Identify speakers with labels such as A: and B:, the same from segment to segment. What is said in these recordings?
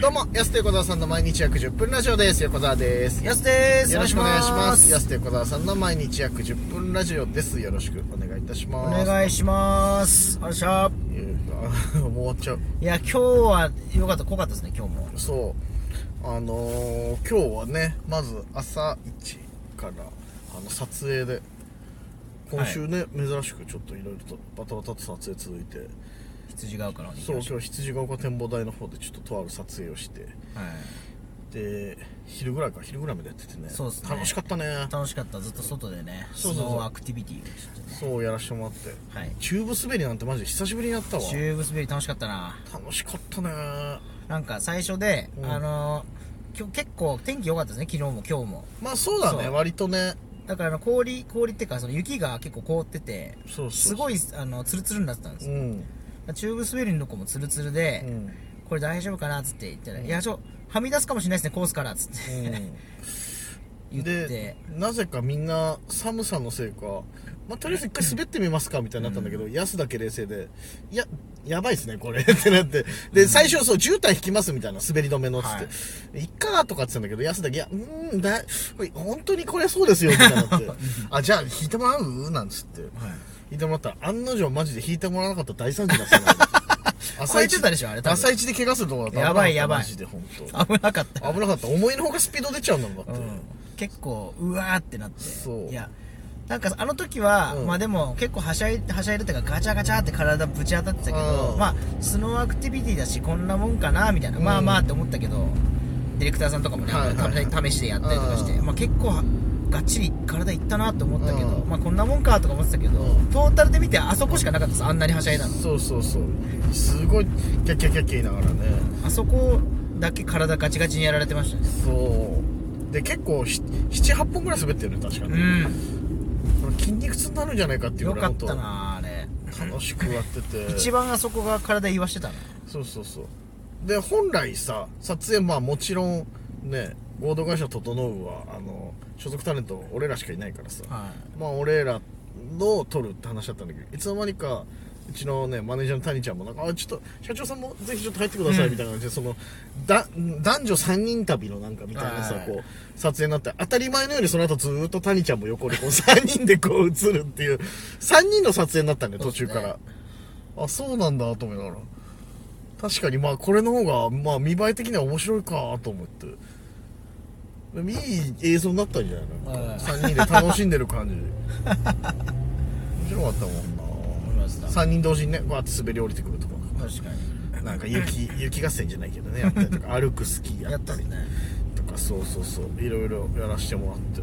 A: どうも、安手小沢さんの毎日約10分ラジオです。横澤です。
B: やすです
A: よろしくお願いします。
B: お願いし
A: 安手小沢さんの毎日約10分ラジオです。よろしくお願いいたします。
B: お願いしますあっしゃ
A: いやあもう終わっちゃう。
B: いや今日はよかった濃かったですね今日も
A: そう。あのー、今日はね、まず朝一から、あの、撮影で、今週ね、珍しくちょっといろいろとバタバタと撮影続いて、
B: 羊が丘の方に行き
A: そう、
B: まし
A: 今日羊ヶ丘展望台の方でちょっととある撮影をして、
B: たはい
A: で、昼ぐらいか、昼ぐらいまでやっててね、
B: そうっすね
A: 楽しかったね。
B: 楽しかったずっと外でね
A: そうそう
B: ス
A: そう
B: ノーアクティビティをちょっとね
A: そうやらしてもらって
B: はい
A: チューブ滑りなんてマジで久しぶりにやったわ
B: チューブ滑り楽しかったな
A: 楽しかったね
B: なんか最初で、
A: うん
B: あの今日結構天気良かったですね昨日も今日も
A: まあそうだね
B: そう
A: 割とね
B: だからあの氷氷っていうかその雪が結構凍ってて
A: そうそう
B: すごいあのツルツルになってたんです
A: う
B: よ、
A: ん
B: チューブ滑りの子もツルツルで、
A: うん、
B: これ大丈夫かなっつって言ったら、いやちょはみ出すかもしれないですねコースからっつって、
A: うん、
B: 言って
A: でなぜかみんな寒さのせいか、まあ、とりあえず一回滑ってみますかみたいになったんだけど、安だけ冷静で「いややばいっすねこれ」 ってなってで最初そう絨毯引きますみたいな滑り止めのっつって
B: はい
A: 「でいっか」とかっつってんだけど安だけ「いやうーんだこれ本当にこれそうですよ」みたいにな って「あじゃあ引いてもらう?」なんつって、引いてもらったら案の定マジで引いてもらわなかったら大惨事だったな
B: 超えてたでしょあれ多分
A: 朝一で怪我するとこだったら
B: やばいやばい
A: マジで本当
B: 危なかった、
A: 危なかった思いのほかスピード出ちゃうんだもんだって、
B: 結構うわーってなって
A: そう
B: やなんかあの時は、
A: うん
B: まあでも結構はしゃいはしゃいでたからガチャガチャって体ぶち当たってたけど、
A: うん
B: まあスノーアクティビティだしこんなもんかなみたいな、まあまあって思ったけどディレクターさんとかもね、
A: はいはいはい
B: あの試し試しでやったりとかして、
A: う
B: まあ結構はがっちり体いったなと思ったけど、
A: うん
B: まあこんなもんかとか思ってたけど、
A: うん
B: トータルで見てあそこしかなかったですあんなにはしゃいだの
A: そうそうそうすごいキャッキャッキャッキャ言いながらね
B: あそこだけ体ガチガチにやられてましたね
A: そうで結構78本ぐらい滑ってるね確か
B: う
A: に、
B: ん
A: これ筋肉痛になるんじゃないかっていう
B: よ
A: ぐ
B: から
A: い
B: ったなあれ
A: 本当楽しくやってて
B: 一番あそこが体言わしてたな
A: そうそうそうで本来さ撮影まあもちろんね合同会社整うはあの所属タレント俺らしかいないからさ、
B: は
A: まあ俺らの撮るって話だったんだけどいつの間にかうちのねマネージャーの谷ちゃんもなんかあちょっと社長さんもぜひちょっと入ってください
B: うん
A: みたいな感じで、そのだ男女3人旅のなんかみたいなさ
B: はい
A: こう撮影になって当たり前のようにその後ずーっと谷ちゃんも横で こう3人でこう映るっていう3人の撮影になったんだよ途中から、
B: そうで
A: あそうなんだと思いながら確かにまあこれの方がまあ見栄え的には面白いかと思ってでもいい映像になったんじゃないの
B: はい
A: 3人で楽しんでる感じ面白かったもんな
B: ました
A: 3人同時にねこうやって滑り降りてくるとか
B: 確かに
A: なんか 雪雪合戦じゃないけどねやったりとか歩くスキーや
B: や
A: っ
B: ったた
A: り
B: りね
A: とかそうそうそういろいろやらせてもらって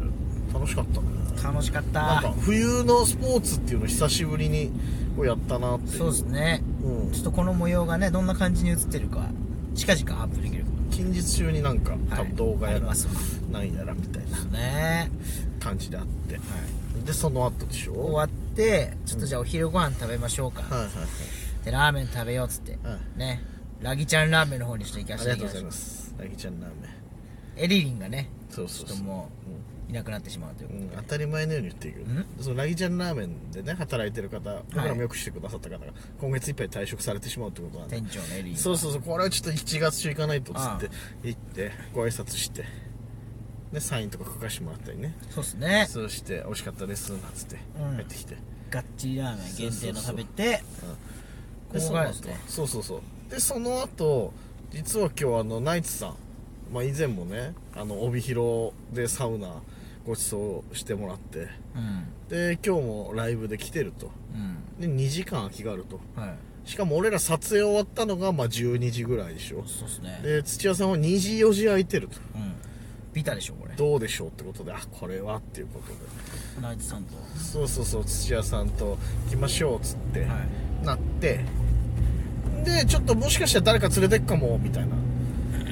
A: 楽しかったね
B: 楽しかっ
A: なんか
B: た
A: 冬のスポーツっていうの久しぶりにこうやったなってい
B: そうですね
A: うん
B: ちょっとこの模様がねどんな感じに映ってるか近々アップできるか
A: 近日中になんか、
B: はい
A: 多分動画や
B: あり
A: ら
B: ますわ
A: なんやらみたいな
B: もね
A: 感じであって、でその後でしょ
B: 終わってちょっとじゃあお昼ご飯食べましょうか、
A: はいはいはい
B: でラーメン食べようっつって、
A: は
B: ねラギちゃんラーメンの方にちょっと行
A: あ
B: か
A: りが
B: せてい
A: とう
B: た
A: ござい
B: だき
A: ま
B: ます
A: すラギちゃんラーメン
B: エリリンがね
A: そう
B: ち
A: そう
B: ょっ
A: そ
B: と
A: う
B: もういなくなってしまうという
A: うん
B: こ
A: 当たり前のように言ってるけど、
B: ん
A: そのラギちゃんラーメンでね働いてる方僕らもよくしてくださった方が、今月いっぱい退職されてしまうってことなん
B: と
A: で
B: 店長のエリリンが
A: そうそうそうこれはちょっと1月中行かないとっつ
B: あ
A: っ
B: あ
A: て行ってご挨拶してでサインとか書かせてもらったりね
B: そうっすね
A: そうして美味しかったですなんつって
B: うん
A: 帰ってきて、
B: がっちりラーメン限定の食べて
A: で
B: ここ
A: その
B: がで
A: 後
B: すね
A: そうそうそうでその後実は今日あのナイツさん、まあ、以前もねあの帯広でサウナご馳走してもらって
B: うん
A: で今日もライブで来てると
B: うん
A: で2時間空きがあると
B: はい
A: しかも俺ら撮影終わったのがまあ12時ぐらいでしょ
B: そうっすね
A: で土屋さんは2時4時空いてると
B: うんビタでしょこれ
A: どうでしょうってことであこれはっていうことで
B: ナイツさんと
A: そうそうそう土屋さんと行きましょうっつって、
B: は
A: なってでちょっともしかしたら誰か連れてくかもみたいな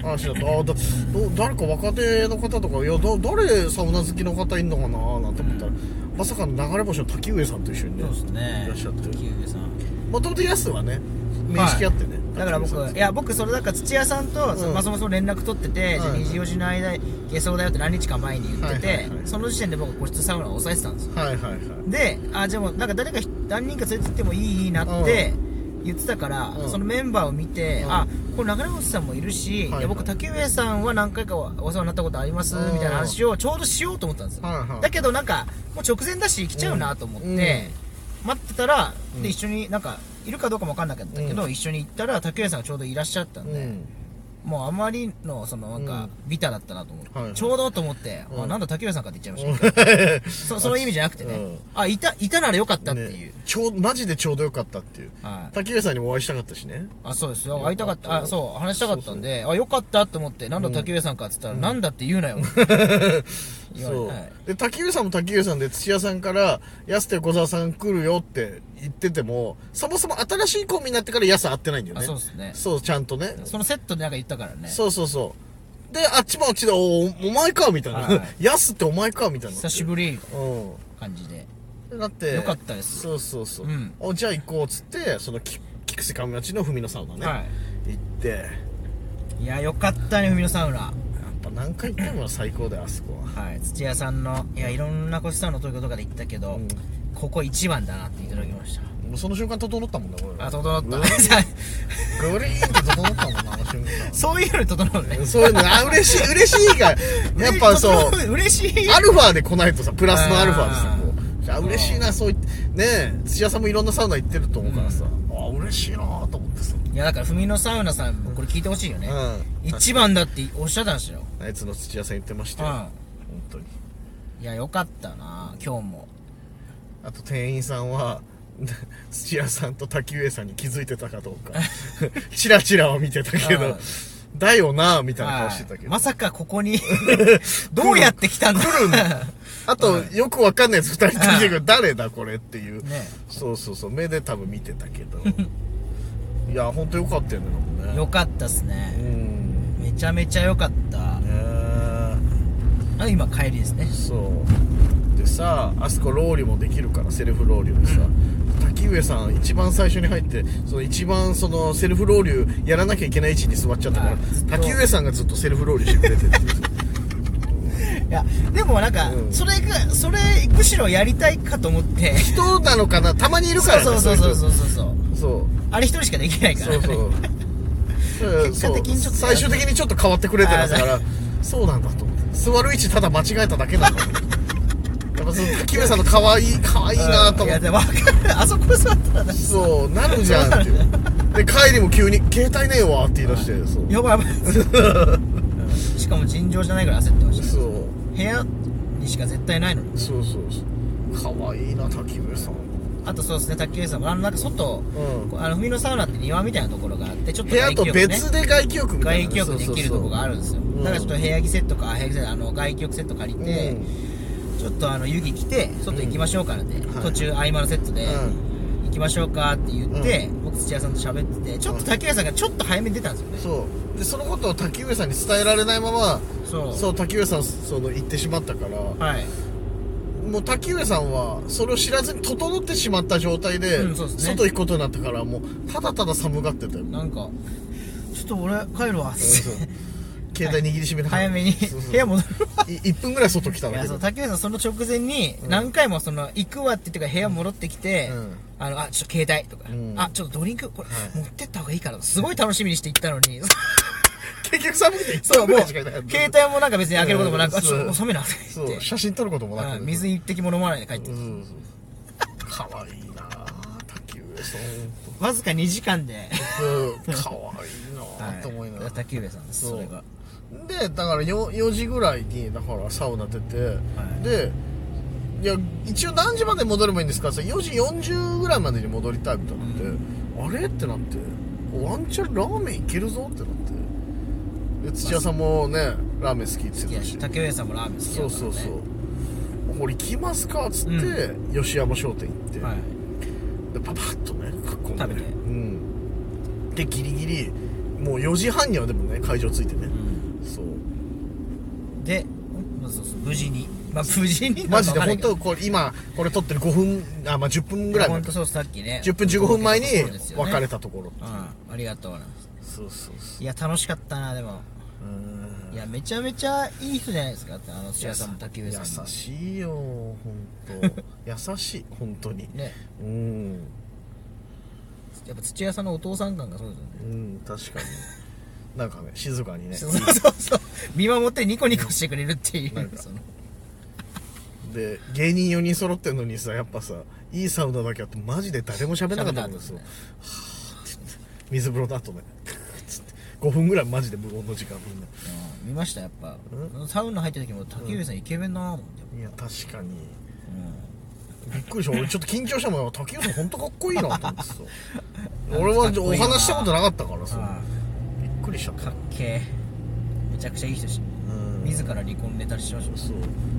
A: 話だとあだど誰か若手の方とかいやだ誰サウナ好きの方いんのかななんて思ったら、まさかの流れ星の滝上さんと一緒にね
B: そうですね
A: いらっしゃって
B: 木上さん
A: もともとヤスはね面識あってね、
B: だから僕
A: 滝上さん
B: いや僕それだから土屋さんと、
A: うん
B: まあ、そもそも連絡取ってて、
A: はいはい
B: じゃあ24時の間下葬だよって何日か前に言ってて、
A: はいはいはい
B: その時点で僕個室サウナを抑えてたんですよ
A: はいはいはい
B: であじゃあもうなんか誰かひ何人か連れてってもいいいいなって、言ってたから、
A: うん
B: そのメンバーを見て、
A: うん
B: あこれ流れ星さんもいるし、
A: はいはい
B: いや僕竹上さんは何回かお世話になったことあります
A: うん
B: みたいな話をちょうどしようと思ったんですよ、
A: はいはい
B: だけどなんかもう直前だし来ちゃうなと思って、
A: うんうん
B: 待ってたら、
A: うん
B: で一緒になんかいるかどうかも分かんなかったけど、一緒に行ったら竹上さんがちょうどいらっしゃったんで、
A: うん
B: もうあまりのそのなんかビタだったなと思って、
A: はいはい
B: ちょうどと思って、
A: うん
B: あなんだ竹上さんかって言っちゃいました、そ その意味じゃなくてね、
A: うん
B: あいたいたならよかったっていう、
A: ねちょうマジでちょうどよかったっていう
B: はい
A: 滝上さんにもお会いしたかったしね
B: あそうですよ
A: よかった
B: 会いたかったあそう話したかったんであよかったと思ってなんだ竹上さんかっつったら、なんだって言うなよ
A: そ
B: 言われ
A: う、
B: てはい
A: で滝上さんも滝上さんで土屋さんから安手小沢さん来るよって言っててもそもそも新しいコンビになってから安会ってないんだよね
B: あそうですね
A: そうちゃんとね
B: そのセットでなんか言ったからね
A: そうそうそうであっちもあっちでおおお前かみたいな、
B: はいは
A: 安ってお前かみたいな
B: 久しぶりの
A: うん
B: 感じで
A: だって
B: よかったです
A: そうそうそう、
B: うん
A: おじゃあ行こうっつってそのき菊池上町の文野サウナね、
B: は
A: 行ってや
B: いいやよかったね海のサウナ
A: っぱ何回行っても最高だよあそこは
B: はい土屋さんのいやいろんな個室さんの東京とかで行ったけど、
A: うん
B: ここ一番だなっていただきました、
A: もうその瞬間整ったもんね俺ら
B: あ整った
A: うわグリーンって整ったもんなあの瞬間
B: そういうの整うね
A: そういうのあ嬉しい嬉しい がやっぱそう
B: 整う嬉しい
A: アルファで来ないとさプラスのアルファでさ
B: あー
A: こうじゃあ嬉しいなそう言ってねえ土屋さんもいろんなサウナ行ってると思うからさ、ああ嬉しいなと思ってさ、
B: いやだから文のサウナさんもこれ聞いてほしいよね、
A: うん
B: 一番だっておっしゃったんですよ、
A: あいつの土屋さん言ってましたよ、本当に
B: いやよかったな今日も
A: あと店員さんは 土屋さんと滝上さんに気づいてたかどう かチラチラは見てたけ
B: う
A: ど
B: ん
A: だよなみたいな顔してたけ
B: はい
A: ど、
B: まさかこ こにどうやって来たんだ
A: 来るんだあと、
B: はい
A: よくわかんないやつ2人出てきてる誰だこれっていう、
B: ね
A: そうそうそう目で多分見てたけど いや本当よかったよねなんかね
B: よかったっす
A: う
B: ね
A: ん
B: めちゃめちゃよかった
A: ね
B: あ今帰りですね
A: そうでさあそこロウリュもできるからセルフロウリュでさ、滝上さん一番最初に入ってその一番そのセルフロウリュやらなきゃいけない位置に座っちゃったから
B: あずっと
A: 滝上さんがずっとセルフロウリュしてくれて る
B: いやでもなんか、
A: うん
B: それがそれむしろやりたいかと思って
A: 人なのかなたまにいるからね
B: そうそうそうそううそうそ
A: い
B: う
A: う人そう
B: あれ一人しかできないから
A: そうそううん
B: 結果的にちょっと
A: そう最終的にちょっと変わってくれてますか
B: あ
A: らそうなんだと思って座る位置ただ間違えただけ なんだと思ってやっぱその滝上さんの可愛い可愛いなと
B: い
A: 思っ
B: や
A: て
B: でもわかるあそこ座ったらだ
A: そうなるじゃんっていうで帰りも急に「携帯ねえわ」って言い出してそう
B: やばいやばいうんしかも尋常じゃないからい焦ってました
A: そう
B: 部屋にしか絶対ないのに
A: そうそうそう可愛いな滝上さん
B: あとそうですね卓球さんもあのなんか外、
A: う
B: あの文のサウナって庭みたいなところがあってちょっと
A: 部屋と
B: 外気浴ね
A: 別で外気浴みたいな
B: 外気浴できるとこがあるんですよ
A: ん
B: だからちょっと部屋着セットか部屋着セットあの外気浴セット借りて、ちょっとあの湯着着て外行きましょうからって、
A: はい
B: 途中合間のセットで、
A: うん
B: 行きましょうかって言って、僕土屋さんと喋っててちょっと竹上さんがちょっと早めに出たんですよね、
A: そうでそのことを滝上さんに伝えられないまま
B: そう
A: そう滝上さんその行ってしまったから
B: はい
A: もう滝上さんはそれを知らずに整ってしまった状態で,、
B: うんそうですね
A: 外行くことになったからもうただただ寒がってたよ
B: なんかちょっと俺帰るわっつって
A: 携帯握りしめながら
B: 早めに
A: そうそう
B: 部屋戻るわ
A: い1分ぐらい外来たん
B: い
A: だ
B: や
A: け
B: そ
A: ど
B: う竹内さんその直前に何回もその行くわって言ってから部屋戻ってきて、
A: うん
B: あのあちょっと携帯とか、
A: うん
B: あちょっとドリンクこれ、
A: はい
B: 持ってった方がいいからすごい楽しみにして行ったの に
A: 結局寒くて1
B: そ
A: 分
B: う
A: ぐ
B: もう
A: らいしかいなか
B: 携
A: った
B: 帯もなんか別に開けることもなく、
A: うん
B: あちょっともう
A: そ
B: 冷めなって
A: そ
B: 言 って
A: う写真撮ることもな
B: う
A: く
B: ん水一滴も飲まないで帰って、
A: うんうんかわいいなぁ滝上さん
B: わずか2時間で、
A: うんかわいいなぁと思いながら、
B: 竹上さんです
A: そう
B: それが
A: でだから 4, 4時ぐらいにだからサウナ出て、
B: い
A: でいや一応何時まで戻ればいいんですかって言ったら4時40ぐらいまでに戻りたいみたいになって、あれってなってワンチャンラーメンいけるぞってなってで土屋さんもねラーメン好きって言っ
B: い
A: て
B: や
A: たし
B: 竹上さんもラーメン好きだか
A: そ
B: ら、ね、
A: うそうそう「これ行きますか」っつって、吉山商店行って、
B: はい
A: でパパッとね囲んで
B: 食べて
A: うんでギリギリもう4時半にはでもね会場着いてね、そう
B: で、まあそうそう無事にまあ無事に
A: マジで
B: な
A: 本
B: んかわかんないけど
A: 当これ今これ撮ってる5分あまあ10分ぐらい前
B: 本当そうさっきね
A: 10分15分前に
B: そうですよね
A: 別れたところ
B: うんありがとうな
A: そうそうそう
B: いや楽しかったなでも
A: うん
B: いやめちゃめちゃいい人じゃないですかってあの土
A: 優
B: 屋さんも竹上さんも
A: しいよ 本当優しい本当に
B: ね
A: うん
B: やっぱ土屋さんのお父さん感がそうですよね
A: うん確 かになんかね静かにね
B: そうそうそう見守ってニコニコしてくれるっていう、
A: なんか
B: その
A: で芸人4人揃ってんのにさやっぱさいいサウナだけあってマジで誰も喋んなかったんですよ、
B: 喋んなか
A: 水風呂の後ね クーッつって5分ぐらいマジで無言の時間みんな
B: うん見ましたやっぱサウナ入った時も竹上さんイケメンだなもんね、
A: いや確かに
B: うん
A: びっくりした俺ちょっと緊張したもん竹内さん本当かっこいい なと思ってさ俺はお話したことなかったからさ
B: あ
A: びっくりしちゃっ
B: あ
A: た
B: かっけえめちゃくちゃいい人し
A: うん
B: 自ら離婚ネタしましょう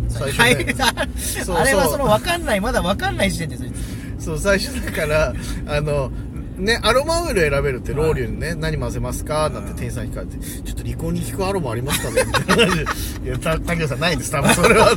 A: そう最
B: はい
A: 初ねそう
B: あれは
A: そう
B: その分かんないまだ分かんない時点でそいつ
A: そう最初だからあのねアロマオイル選べるってロウリュにね何混ぜますかなんて店員さんに聞かれて「ちょっと離婚に効くアロマありますかね?」みたいな話 で「いやた竹内さんないです多分それは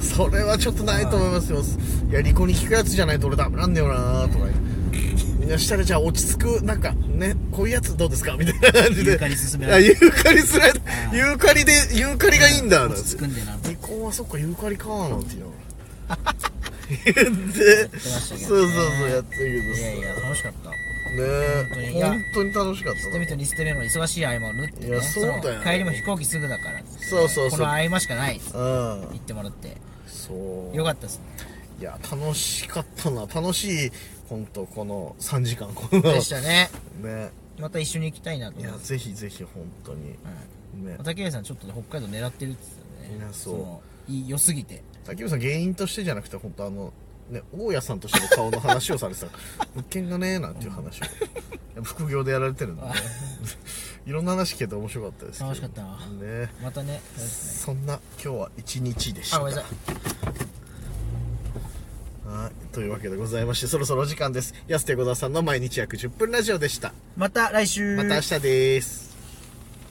A: それはちょっとないと思いますよ」「いや離婚に効くやつじゃないと俺ダメなんだよな」とか言っていやしたらじゃあ落ち着くなんかねこういうやつどうですかみたいな感じで
B: ユーカリ勧めら
A: あ
B: れ
A: ユーカリすらユーカリでユーカリがいいんだなんて
B: 落ち着くんでな
A: 離婚はそっかユーカリかなんて言うの言って
B: てましたけどね
A: そうそうそう やってるけど
B: い
A: さ
B: やいや楽しかった
A: ねえ本
B: 本
A: 当に楽しかっ
B: 捨て身と
A: た
B: リ捨て身の忙しい合間を縫ってね
A: いやそうだよ
B: の帰りも飛行機すぐだから
A: そうそうそう
B: この合間しかないっつって
A: なうん
B: 言ってもらって
A: そう
B: よかったっすね
A: いや楽しかったな楽しい本当この3時間この
B: でしたね
A: ね
B: また一緒に行きたいなと
A: い
B: 思っ
A: や
B: て
A: ぜひぜひ本当にね
B: 竹上さんちょっとね北海道狙ってるって言ってた
A: い
B: ね
A: やそう
B: のいい良すぎて
A: 竹内さん芸人としてじゃなくて本当あのね大家さんとしての顔の話をされてた物件がねえなんていう話をい や副業でやられてるんでね いろんな話聞けて面白かったですけど
B: 楽しかったな
A: ね
B: ま たねそうですね
A: そんな今日は一日でした
B: あごめんなさい
A: はいというわけでございましてそろそろお時間です安手小沢さんの毎日約10分ラジオでした
B: また来週
A: また明日です